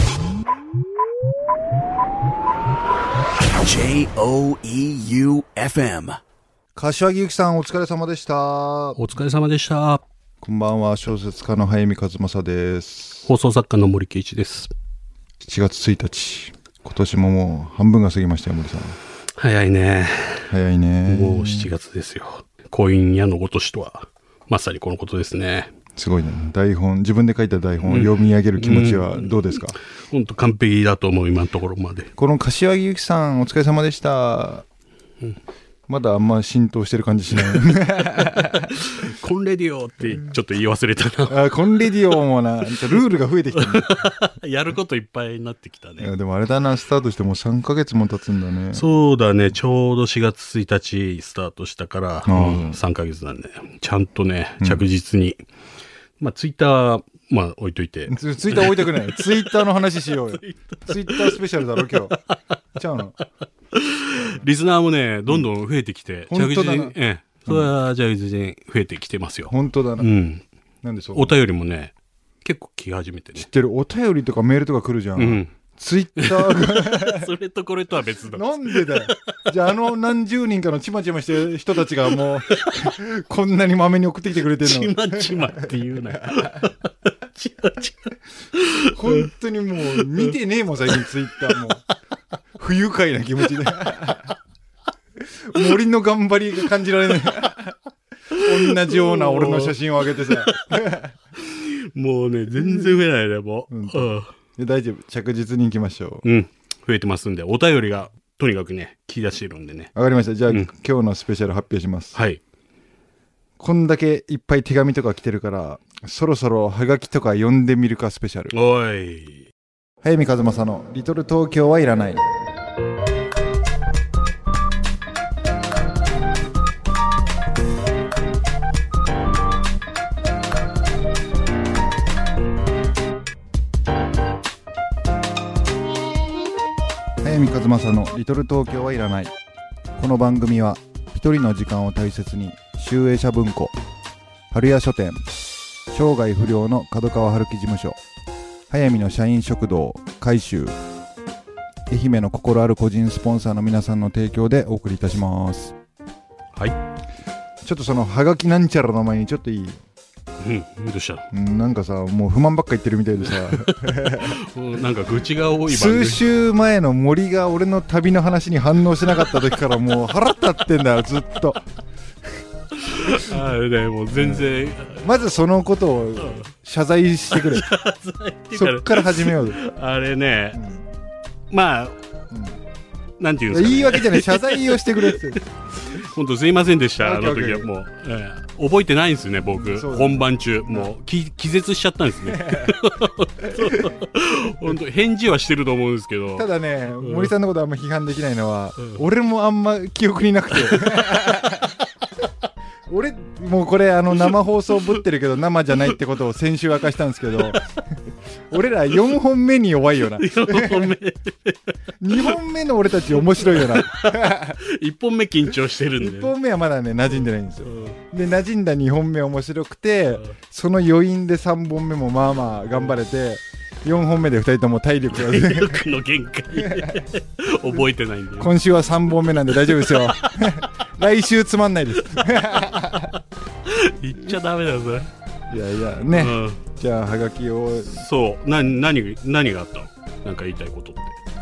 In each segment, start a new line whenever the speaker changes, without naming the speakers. E J-O-E-U-F-M
柏木由紀さんお疲れ様でしたこ
お疲れ様でした。
んばんは小説家の早見和正です
放送作家の森圭一です。
7月1日今年ももう半分が過ぎましたよ森さん
早いね。
早いね
もう7月ですよ。婚屋のごとしとは、まさにこのことですね。
すごいね台本自分で書いた台本を読み上げる気持ちはどうですか、
ほんと完璧だと思う、今のところまで。
この柏木由紀さんお疲れ様でした、まだあんま浸透してる感じしない
コンレディオってちょっと言い忘れたな。
あコンレディオもなルールが増えてきたね
やることいっぱいになってきた
い
ね。
やでもあれだなスタートしてもう3ヶ月も経つんだね
そうだね、ちょうど4月1日スタートしたから、
うん
3ヶ月なんで、ちゃんとね、着実に。まあ、ツイッター、まあ、置いといて。
ツツイッター置いたくない。ツイッターの話しようよ。ツイッタースペシャルだろ、今 日。ちゃうの。
リスナーもね、どんどん増えてきて、
うん本当
着実
だな
に、ええ、それは着実に増えてきてますよ。
本当だな。
うん。
なんでそう
お便りもね、結構来始めて
知
ね
っ。てるお便りとかメールとか来るじゃん。
うん。
ツイッター
それとこれとは別だ
が。。 なんでだよ。じゃあ、あの何十人かのちまちましてる人たちがもう、 こんなにまめに送ってきてくれて
ち
るの。
まちまって言うなよ。 ちまちま。
本当にもう、見てねえもん、最近ツイッターも。不愉快な気持ちで。 森の頑張りが感じられない。 同じような俺の写真を上げてさ。
もうね、全然増えないね、もう。うん。
いや大丈夫着実に行きましょう
うん。増えてますんで、お便りがとにかくね、聞き出してるんでね。
わかりましたじゃあ、
ん
今日のスペシャル発表します、
はい。
こんだけいっぱい手紙とか来てるからそろそろハガキとか読んでみるかスペシャル
おい。
早見和正の「リトル東京はいらない」早見和正の「リトル東京はいらない」この番組は一人の時間を大切に集英社文庫春屋書店生涯不良の角川春樹事務所早見の社員食堂改修愛媛の心ある個人スポンサーの皆さんの提供でお送りいたします
はい
ちょっとそのハガキなんちゃらの前にちょっといい
うん。どうした
うんなんかさもう不満ばっか言ってるみたいで さ
うんなんか愚痴が多 い番組
数。週前の森が俺の旅の話に反応しなかった時からもう腹立ってんだよずっと
あれね、もう全然。
まずそのことを謝罪して くれ
っていうか
そっから始めよう、
あれね
う、ん
まあ、
うん
なんていうんですか、
言い
ね、
訳じゃない謝罪をしてくれって
本当すいませんでした、
あ
あの
OK
時はもう、ええ覚えてないんですね、僕、
そうだね
本番中、もうき気絶しちゃったん ですね。本当、返事はしてると思うんですけど、
ただね、
ん
森さんのことあんま批判できないのは、
ん
俺もあんま記憶になく て俺もうこれあの生放送ぶってるけど生じゃないってことを先週明かしたんですけど俺ら4本目に弱いよな
1本目、
2本目の俺たち面白いよな
一本目緊張してるんで
1
ね、
本目はまだね馴染んでないんですよ
うん
で馴染んだ2本目面白くてその余韻で3本目もまあまあ頑張れて4本目で2人とも体力がね
体力の限 界、覚えてないんで、
今週は3本目なんで大丈夫ですよ 来週つまんないです
言っちゃだめだぞ、
いやいやね、
うん、
じゃあはがきを
そう、な何何があったのなんか言いたいことっ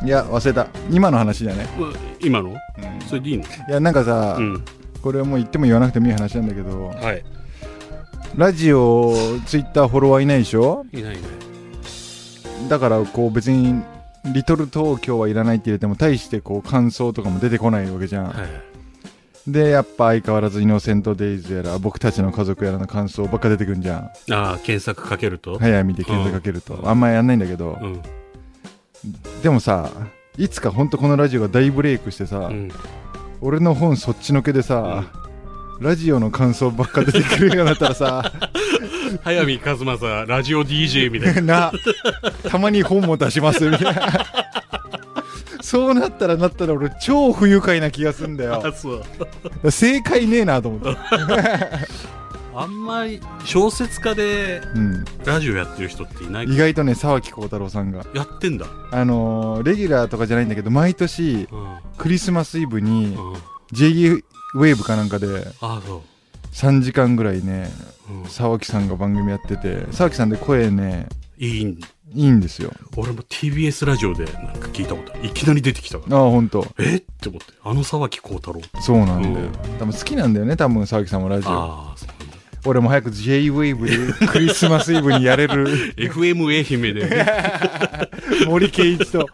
て、
いや忘れた今の話じゃね、
まあ今の
い
それでいいの
やなんかさ、
うん、
これはもう言っても言わなくてもいい話なんだけど
はい、
ラジオツイッターフォロワーいないでしょ
いないね。
だからこう別に「リトル東京はいらない」って入れても大してこう感想とかも出てこないわけじゃん、
はい
でやっぱ相変わらず「イノセント・デイズ」やら「僕たちの家族」やらの感想ばっか出てくんじゃん
ああ検索かけると、
早見で検索かけると、あんまやんないんだけど
う、ん
でもさいつかほんとこのラジオが大ブレイクしてさ、
うん、
俺の本そっちのけでさ、ラジオの感想ばっか出てくるようになったらさ
早見和正ラジオ DJ みたい
な
な
たまに本も出しますみたい なそうなったらなったら俺超 不愉快な気がすんだよ
そう
正解ねえなと思っ
ああんまり小説家で
うん、
ラジオやってる人っていない
意外とね沢木耕太郎さんが
やってんだ。
あのーレギュラーとかじゃないんだけど毎年
うん。うん。
クリスマスイブに
あ
JG ウェーブかなんかで
あ、そ
3時間ぐらいね
う。うん、
沢木さんが番組やってて沢木さんで声ね
いいん
いいんですよ
俺も TBS ラジオでなんか聞いたことあるいきなり出てきたか
ああほんと
ら。えって思って。あの沢木幸太郎。
そうなんだよ、多分好きなんだよね多分沢木さんもラジオ
ああ、そうなんだ。
俺も早く JWAVE でクリスマスイブにやれる
FM 愛媛で、 ね、
森圭一 と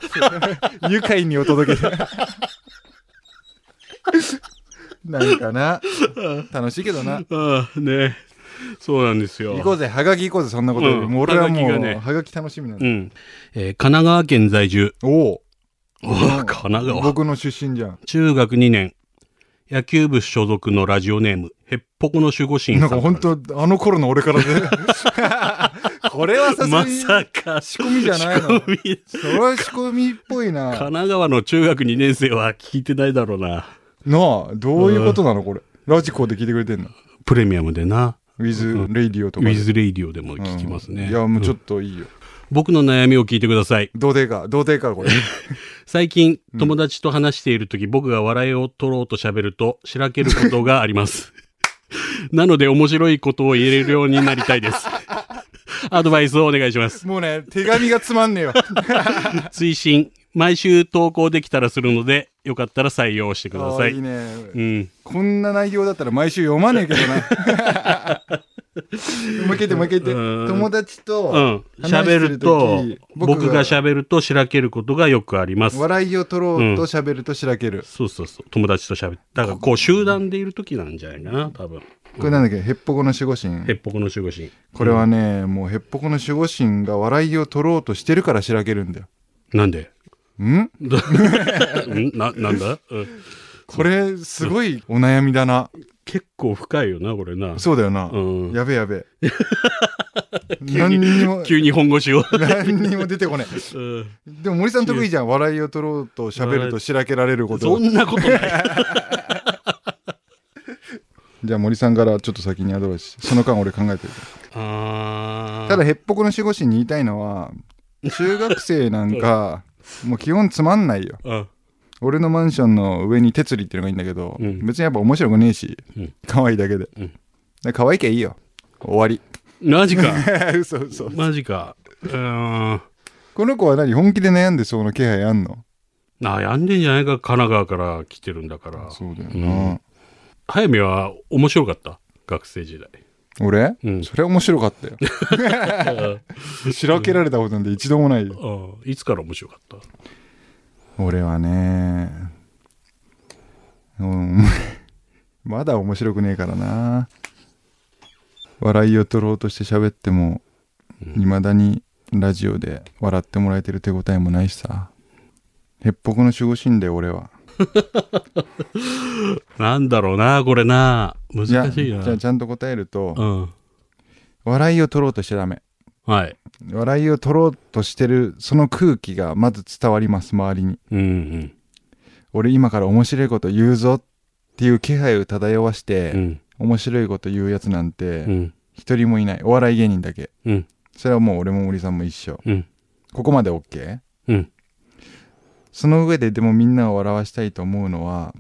愉快にお届けなんかな楽しいけどな
ああ、ね。そうなんですよ。
行こうぜはがき行こうぜそんなことより、
うん
もう俺はもう
は
は
が
が,、
きがね
き楽しみなん
う
だ、
ん。えー神奈川県在住。
おお
おー神奈川。
僕の出身じゃん
中学2年。野球部所属のラジオネーム、へっぽこの守護神
な
さ
ん
んか。
から本当あの頃の俺からね これはさすが
ま
に
さか、仕
込みじゃないの
仕込み
それは仕込みっぽい
神
な
奈川の中学2年生は聞いてないだろうな。
なあどういうことなのこれラジコで聞いてくれてんの
プレミアムでな。
ウィズ・レイディオと
ウ
かで
ィズレイディオでも聞きます
う
ね。
んいやもうちょ
うん
っといいよ
僕の悩みを聞いてください。
童貞か童貞か これ
最近、友達と話しているとき、僕が笑いを取ろうと喋ると、しらけることがあります。 なので、面白いことを言えるようになりたいです。アドバイスをお願いします。
もうね手紙がつまんねえよ
推進、毎週投稿できたらするので、よかったら採用してくだ
あ
さ
あ
い。
いいね
うん。
こんな内容だったら毎週読まねえけどなもう一 回言ってもう一回言って
うん
友達と、
うん。
話して
喋る
る
と
時、
僕
僕
が
が
喋るとしらけることがよくあります。
笑いを取ろうと喋るとしらける、
そうそうそう。友達と喋って。だから、こう、集団でいるときなんじゃないかな、多分。
これなんだっけヘッポコの守護
へっ
神
ぽこの守護神。
これはね、もうヘッポコの守護神が笑いを取ろうとしてるからしらけるんだよ
な んで
ん
どんな、なんだ、うん
これすごいお悩みだな、
結構深いよな、これな。
そうだよな、
うん
やべや べ何にも
急に本 腰を。
何にも出てこない
うん
でも森さん得意じゃん笑いを取ろうと喋るとしらけられるこ
そ
と
んなこ とない。
じゃあ森さんからちょっと先にアドバイスその間俺考えてる
あー
ただ、へっぽこの守護神に言いたいの は、中学生なんか、もう基本つまんないよ。
あ
俺のマンションの上に鉄理っていうのがいいんだけど、
うん
別にやっぱ面白くねえし、
うん
可愛いだけで。
うん
で可愛いきゃいいよ。終 わり。
マジか。
嘘嘘。
マジか。うーん。
この子は何本気で悩んでそうな気配あんの
悩んでんじゃないか、神奈川から来てるんだから。
そうだよ
う
な。
早見は面白かった学生時代。
俺、
うん
それ面白かったよ。 しらけられたことなんて一度もないよ。
あいつから面白かった
俺はね、うん、まだ面白くねえからな。笑いを取ろうとして喋っても、未だにラジオで笑ってもらえてる手応えもないしさ。へっぽこの守護神だよ、俺は。
なんだろうな、これな。
じゃ
難
あ、
しい
じ
な。
ゃあちゃんと答えると
う、ん。
笑いを取ろうとしちゃダメ。
はい。
笑いを取ろうとしてる、その空気がまず伝わります、周りに。
うんうん。
俺今から面白いこと言うぞっていう気配を漂わして、
うん。
面白いこと言うやつなんて、
うん。
一人もいないお笑い芸人だけ
うん。
それはもう俺も森さんも一緒
うん。
ここまで OK
うん。
その上ででもみんなを笑わしたいと思うのは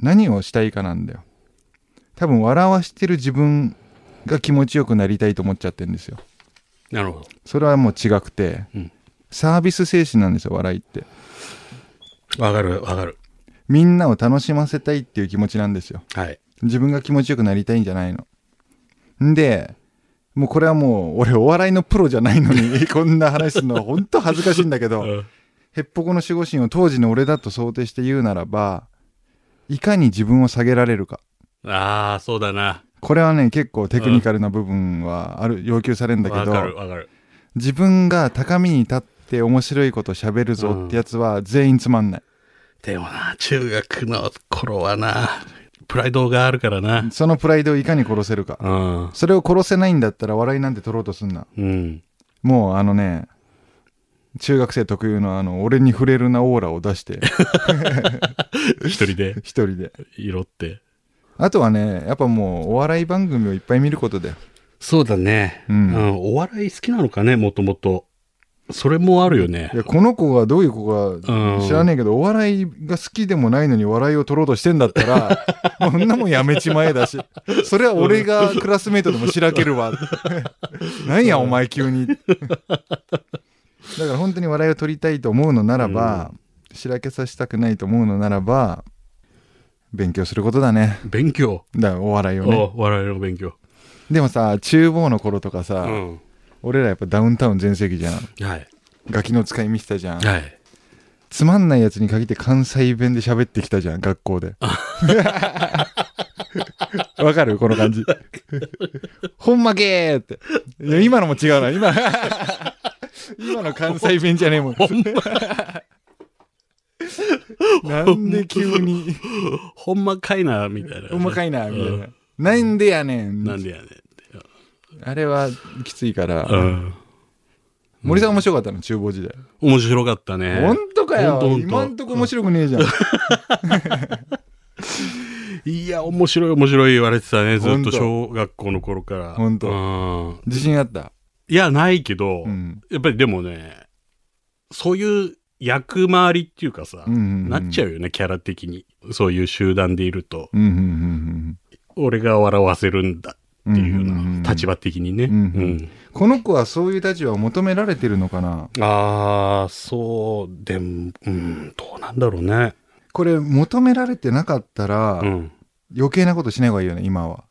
何をしたいかなんだよ多分笑わしてる自分が気持ちよくなりたいと思っちゃってるんですよ
なるほど。
それはもう違くて、
うん
サービス精神なんですよ笑いって
わかる、わかる。
みんなを楽しませたいっていう気持ちなんですよ
はい。
自分が気持ちよくなりたいんじゃないの。んで、もうこれはもう俺お笑いのプロじゃないのに こんな話すのは本当恥ずかしいんだけど、へっぽこの守護神を当時の俺だと想定して言うならば、いかに自分を下げられるか。
ああ、そうだな。
これはね、結構テクニカルな部分はある、要求されるんだけ
わかる、
ど、
わかる。
自分が高みに立って面白いこと喋るぞってやつは全員つまんない。
でもな、中学の頃はな、プライドがあるからな。
そのプライドをいかに殺せるか。
うん。
それを殺せないんだったら笑いなんて取ろうとすんな。
うん。
もうあのね、中学生特有のあの、俺に触れるなオーラを出して、
一人で、
一人で。
色って。
あとはね、やっぱもうお笑い番組をいっぱい見ることで。
そうだね。
う
うんん。お笑い好きなのかね、もともと。それもあるよね
い。や、この子がどういう子か
うん。
知らねえけど、お笑いが好きでもないのに笑いを取ろうとしてんだった ら、こんなもんやめちまえだし、それは俺がクラスメイトでもしらける わ。なんや、お前急に。だから本当に笑いを取りたいと思うのならば、しらけさせたくないと思うのならば、勉強することだね。
勉強。
だからお笑いをね。
お笑いの勉強。
でもさ、厨房の頃とか
う
さ、
ん。
俺らやっぱダウンタウン全盛期じゃん。
はい。
ガキの使い見てたじゃん。
はい。
つまんないやつに限って関西弁で喋ってきたじゃん、学 校で。わかるこの感じ。ほんまけーって。いや、今のも違うな、今。 今の関西弁じゃねえもん。なんで急に、
ほんまかいな、みたいな。
ほんまかいな、みたい
うん
な。なんでやねん。
なんでやねんって。
あれはきついから。
うん。
森さん面白かったの、厨房時代。
面白かったね。
ほんとかよ
ほんとほんと
今んとこ面白くねえじゃん。
いや、面白い面白い言われてたね。ず
ほ
っ
んと
と小学校の頃から。
ほんと
うん
自信あった。
いや、ないけど、
うん。
やっぱりでもね、そういう役回りっていうかさ、なっちゃ
う。
うよね、キャラ的に。そういう集団でいると、
うんうんうん
俺が笑わせるんだ
うん。
っていうよう
うんんん
な立場的にね。
うんこの子はそういう立場を求められてるのかな
うんああ、そう、でも、うん、どうなんだろうね。
これ求められてなかったら、
うん。
余計なことしない方がいいよね今は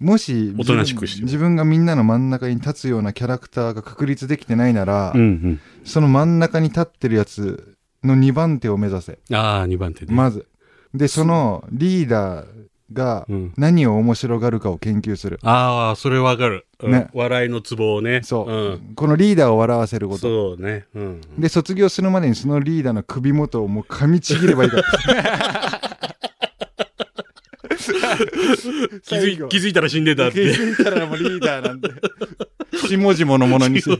もし
おとなしくして
自分自分がみんなの真ん中に立つようなキャラクターが確立できてないなら、
うん
その真ん中に立ってるやつの2番手を目指せ
うん。ああ、2番手ね。
まずでそのリーダーが
うん、
何を面白がるかを研究する、
ああ、それわかる、うん
ね
笑いのツボをね。
そう、
うん
このリーダーを笑わせること
そうね。うん。
で卒業するまでにそのリーダーの首元をもう噛みちぎればい いから
気づ
最後
い気づいたら死んでたっ
気
て。
づいたらもうリーダーなんで下々のものにする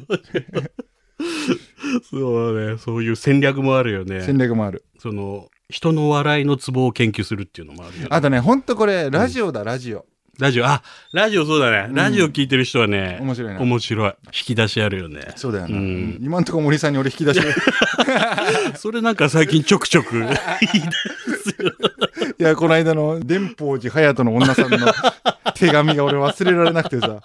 そうね。そういう戦略もあるよ
戦
ね。
略もある
その、人の笑いのツボを研究するっていうのもあるよ、ね。
あとねほんとこれラジオだ、ラジオ
ラジオ、あ、ラジオそうだね。
うん
ラジオ聞いてる人はね、
面白いな
面白い。引き出しあるよね。
そうだよ
な
な、今んとこ森さんに俺引き出して
それなんか最近ちょくちょく。
いやこの間の伝法寺隼人の女さんの手紙が俺忘れられなくてさ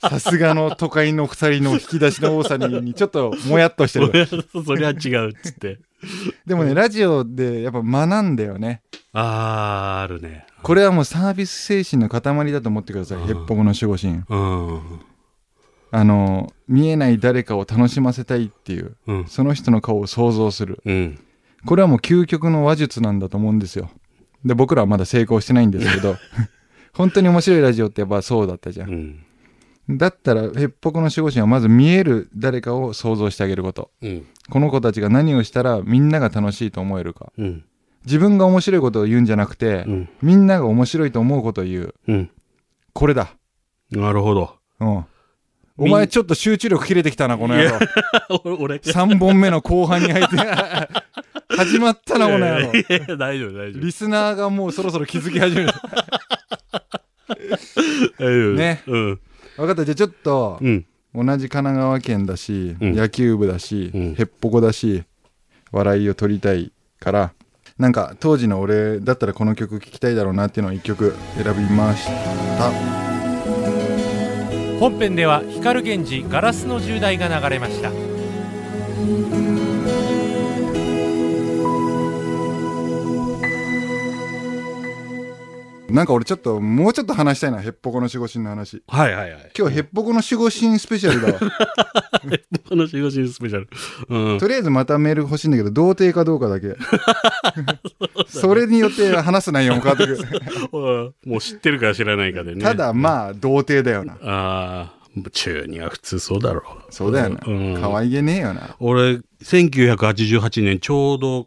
さすがの都会の二人の引き出しの多さにちょっともやっとしてる
そりゃ違うっつって。
でもねラジオでやっぱ学んだよね
あー、あるね。
これはもうサービス精神の塊だと思ってください
うん
ヘッポコの守護神
うん。
あの見えない誰かを楽しませたいっていう
うん。
その人の顔を想像する
うん。
これはもう究極の話術なんだと思うんですよで僕らはまだ成功してないんですけ ど本当に面白いラジオってやっぱそうだったじゃ
うんん。
だったらヘッポコの守護神はまず見える誰かを想像してあげること
うん。
この子たちが何をしたらみんなが楽しいと思えるか
うん。
自分が面白いことを言うんじゃなくて、
うん。
みんなが面白いと思うことを言う
うん。
これだ
なるほど。
うんお
みん
前ちょっと集中力切れてきたなこの野郎
俺、
3本目の後半に入って 始まったなこの野郎
いやいや大丈夫、大丈夫。
リスナーがもうそろそろ気づき始めた
大丈夫。
ね
うん。
分かったじゃあちょっと
うん。
同じ神奈川県だし、
うん
野球部だし、
うん
へっぽこだし笑いを取りたいからなんか当時の俺だったらこの曲聴きたいだろうなっていうのを1曲選びました
本編では光源氏ガラスの重大が流れました
なんか俺ちょっともうちょっと話したいなへっぽこの守護神の話
はいはいはい。
今日へっぽこの守護神スペシャルだわ
この守護神スペシャル。うん。
とりあえずまたメール欲しいんだけど、童貞かどうかだ け。それによって話す内容も変わってくる。
もう知ってるか知らないかでね。
ただまあ、童貞だよな。
ああ、中には普通そうだろう。
そうだよな。
うん
可愛げねえよな。
俺、1988年ちょうど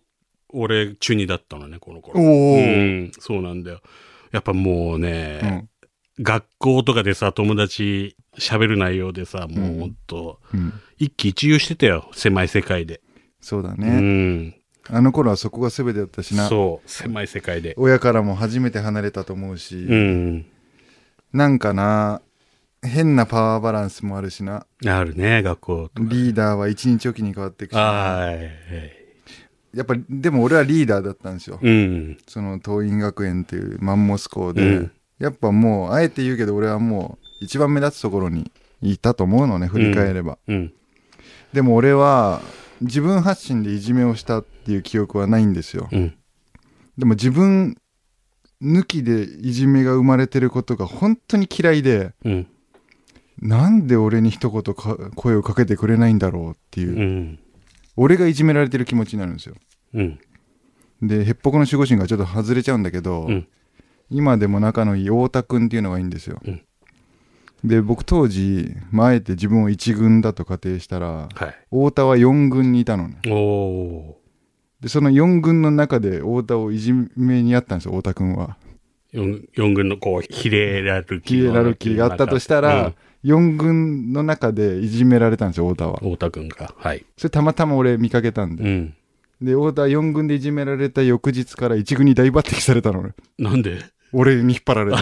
俺、中二だったのね、この
お
頃。
お
う
ー。
ん、そうなんだよ。やっぱもう
う
ね、
ん。
学校とかでさ、友達喋る内容でさ、もうほんと、
うん
一喜一憂してたよ、狭い世界で。
そうだ
う
ね。
ん。
あの頃はそこが全てだったしな
そう、狭い世界で。
親からも初めて離れたと思うし、
うん。
なんかな変なパワーバランスもあるしな
あるね、学校とか。
リーダーは一日おきに変わっていくしな
あー
やっぱりでも俺はリーダーだったんですよ、
うん。
その桐蔭学園っていうマンモス校で、
うん
やっぱもうあえて言うけど俺はもう一番目立つところにいたと思うのね振り返れば、
うん。
でも俺は自分発信でいじめをしたっていう記憶はないんですよ
うん。
でも自分抜きでいじめが生まれてることが本当に嫌いで
うん。
なんで俺に一言か声をかけてくれないんだろうっていう、
うん。
俺がいじめられてる気持ちになるんですよ
うん。
でへっぽこの守護神がちょっと外れちゃうんだけど、
うん
今でも仲のいい太田君っていうのがいいんですよ、
うん
で僕当時、まああえて自分を1軍だと仮定したら
は
太田は4軍にいたのね
い。おお
でその4軍の中で太田をいじめにあったんですよ太田君は
ー。四四軍のこう、ヒレラルキ
ヒ
ーの
エ
中。
ラルキーがあったとした
う
ら
ん、、
4軍の中でいじめられたんですよ太田は
太田君が。はい。
それたまたま俺見かけたんで、
うん。
で太田は4軍でいじめられた翌日から1軍に大抜擢されたのね
なんで
俺に引っ張られた。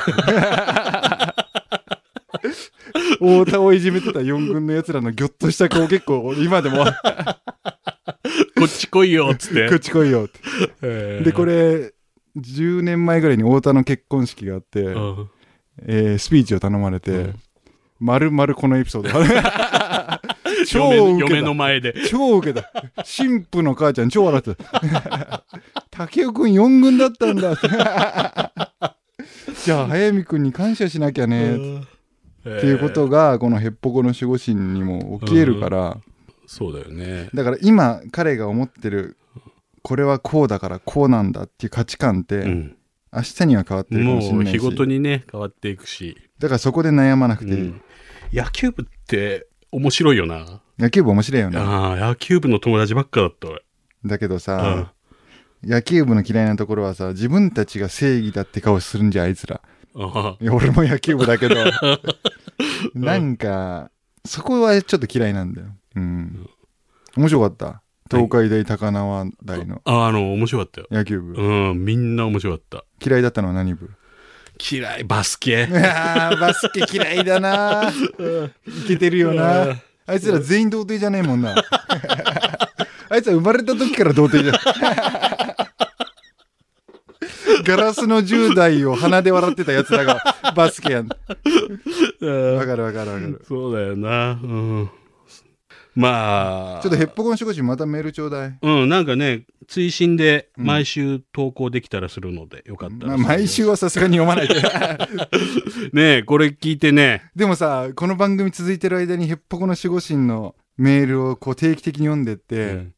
太田をいじめてた4軍の奴らのぎょっとした顔結構今でもこ
こっち来いよっつって。
っち来いよって
えー
でこれ10年前ぐらいに太田の結婚式があって、
うん
えースピーチを頼まれて、まるまるこのエピソ ード超
嫁の
ウケ
嫁
た
の前で。
超ウケた神父の母ちゃん超笑ってた 竹雄君4軍だったんだ じゃあ早見君に感謝しなきゃね
っ
っていうことがこのヘッポコの守護神にも起きえるから、
そうだよね。
だから今彼が思ってるこれはこうだからこうなんだっていう価値観って、
うん、
明日には変わってるかもしれ
もう
ないし
日ごとにね変わっていくし、
だからそこで悩まなくていい、
うん野球部って面白いよな、
野球部面白いよね
ああ野球部の友達ばっかだった俺
だけどさ、野球部の嫌いなところはさ自分たちが正義だって顔するんじゃんあいつら
うんああ
いや俺も野球部だ けどなんかそこはちょっと嫌いなんだようん面白かった東海大高輪大の
ああの面白かったよ
野球部、
うんみんな面白かった
嫌いだったのは何部
嫌いバスケ
あーバスケ嫌いだな。いけてるよな。あいつら全員童貞じゃねえもん な。あいつら生まれた時から童貞じゃん。 ガラスの10代を鼻で笑ってたやつらがバスケやん。わ
うん
かるわかるわかる。
そうだよなうんまあ
ちょっとヘッポコン守護神またメールちょうだい。
うんなんかね追伸で毎週投稿できたらするので、よかっ
ま
たら
あ、毎週はさすがに読まないけど
ねえこれ聞いてね
でもさ、この番組続いてる間にヘッポコの守護神のメールをこう定期的に読んでって、
うん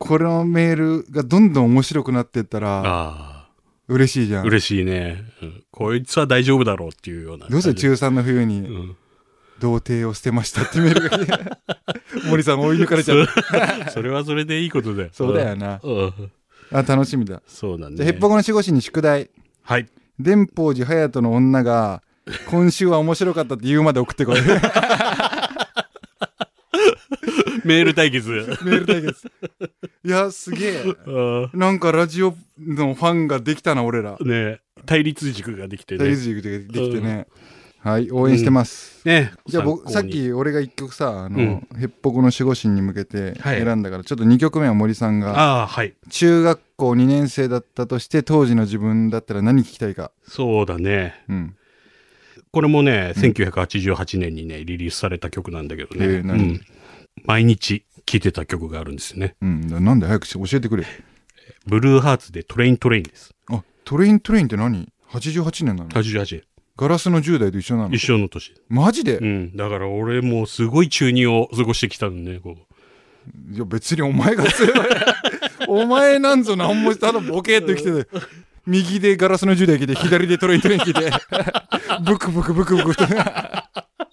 このメールがどんどん面白くなってったら
ああ
嬉しいじゃん。
嬉しいね、うんこいつは大丈夫だろうっていうような。
どうせ中3の冬
う
に
ん
童貞を捨てましたってメールが来て 森さん追い抜かれちゃう。
それはそれでいいことだよ。
そうだよな。
うん。うん
あ、楽しみだ。
そうなん
じ
だ、
ゃあ、
ね。
ヘッポコの守護神に宿題。
はい。
伝法寺隼人の女が、今週は面白かったって言うまで送ってこ い。メ
メール対決。
ール対決。いや、すげえ。
うん
なんかラジオのファンができたな、俺ら。
ねえ対立軸ができて
大
ね。
事でできてね。はい、応援してます。
ね
じゃあ僕さっ
参考に
き俺が一曲さあの、
うん
ヘッポコの守護神に向けて
はい
選んだから、ちょっと2曲目は森さんが
ああ、はい。
中学校2年生だったとして当時の自分だったら何聞きたいか、
そうだね。
うん、
これもね、1988年にね、リリースされた曲なんだけどね。
えー何
うん毎日聴いてた曲があるんですよね。
うん、ななんで早く教えてくれ
ブルーハーツでトレイントレインです。
あトレイントレインって何88年なの
88
ガラスの10代と一緒なの
一緒の年。
マジで、
うん。だから俺もうすごい中二を過ごしてきたんでね、こう。
いや別にお前が強いお前なんぞ何もただボケっと来てて右でガラスの10代来て左でトレイントレイン来てブクブクブクブクへ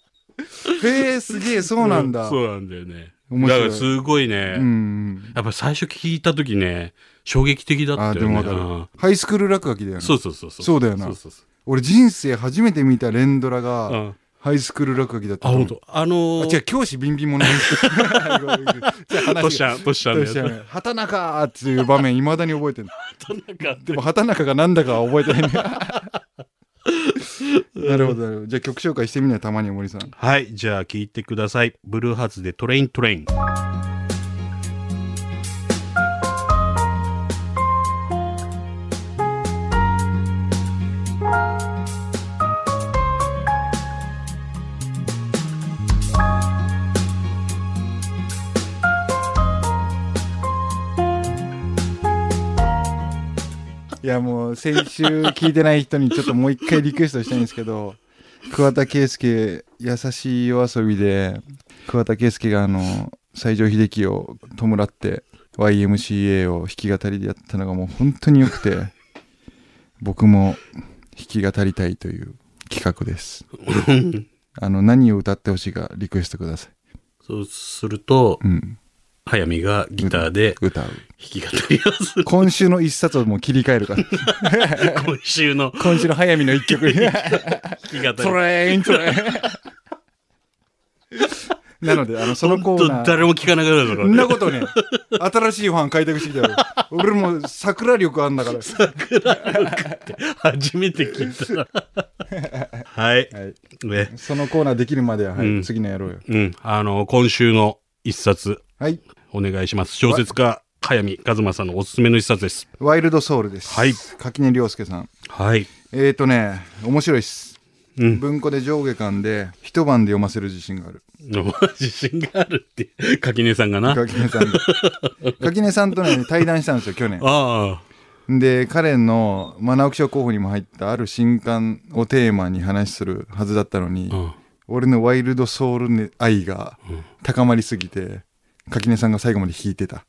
えすげえそうなんだ、
そうなんだよね。
面白い
だからすごいね、
うん
やっぱ最初聞いた時ね、衝撃的だったよね。
あでもわかる
うん
ハイスクール落書きだよね
そうそうそう。
そうだよな
そうそうそ
俺人生初めて見た連ドラ
うう
が
ん
ハイスクール落書きだった
あ、
と思
本
う
当。あの
あ
ー、
違う教師ビンビン もねじゃあ話が
トシちゃん、トシちゃんの
ど
や
うし
つ。
た
なん
の畑中っていう場面いまだに覚えてる
か
でも畑中がなんだかは覚えてないね なるほどなるほどじゃあ曲紹介してみなたまに森さん
はい、じゃあ聞いてください。ブルーハーツでトレイントレイン。
いやもう先週聞いてない人にちょっともう一回リクエストしたいんですけど桑田佳祐優しいお遊びで桑田佳祐があの西城秀樹を弔って YMCA を弾き語りでやったのがもう本当に良くて僕も弾き語りたいという企画ですあの何を歌ってほしいかリクエストください
そうすると、
うん
早見がギターで
歌う
弾き語りをする。
今週の一冊をもう切り替えるから
今週の
今週の早見の一 曲に
弾き語り。
トレイントレイン なのであのそのコ
ほ
ー
ん
ナ
と
ー
誰も聞かなくなるぞ、こ
そん
れ。
なことね新しいファン開拓してきたよ俺も桜力あんだから
初めて聞 いた。はい。
はい
ね。
そのコーナーできるまでは、はい
うん
次のやろうよ
うん。あの、今週の一冊、
はい
お願いします。小説家、早見和馬さんのおすすめの一冊です。
ワイルドソウルです
はい
垣根涼介さん
はい。
えーとね面白いっす
うん。
文庫で上下巻で一晩で読ませる自信がある
自信があるって、垣根さんがな。あ
垣根さ んが垣根さんとね対談したんですよ去年
あ。
で彼の、まあ、直木賞候補にも入ったある新刊をテーマに話するはずだったのに、
うん。
俺のワイルドソウルね愛が高まりすぎて、垣根さんが最後まで弾いてた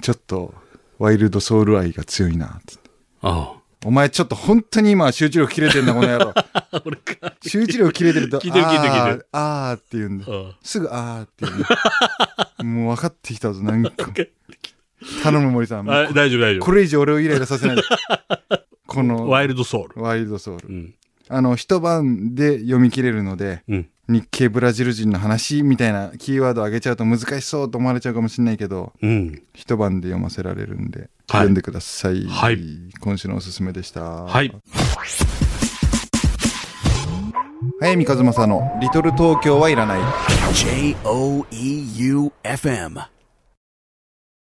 ちょっとワイルドソウル愛が強いなつって
あ
お前ちょっと本当に今集中力切れてんだこの野 郎
あ。俺か。
集中力切れてると
聞いてる聞いてる聞いてる
あーあーって言うんだ
あ
すぐあーって言うんだもう分かってきたぞなんか
って
頼む森さん
あ。あ大丈夫、大丈
これ以上俺をイライラさせないでこ
夫。
の
ワイルドソウル。
ワイルドソウル
うん。
あの一晩で読み切れるので
うん。
日系ブラジル人の話みたいなキーワードを上げちゃうと難しそうと思われちゃうかもしれないけど
うん。
一晩で読ませられるんで、
はい
読んでください、
はい
今週のおすすめでしたは
はい。
早見和正の「リトル東京はいらない」
J O E U F M.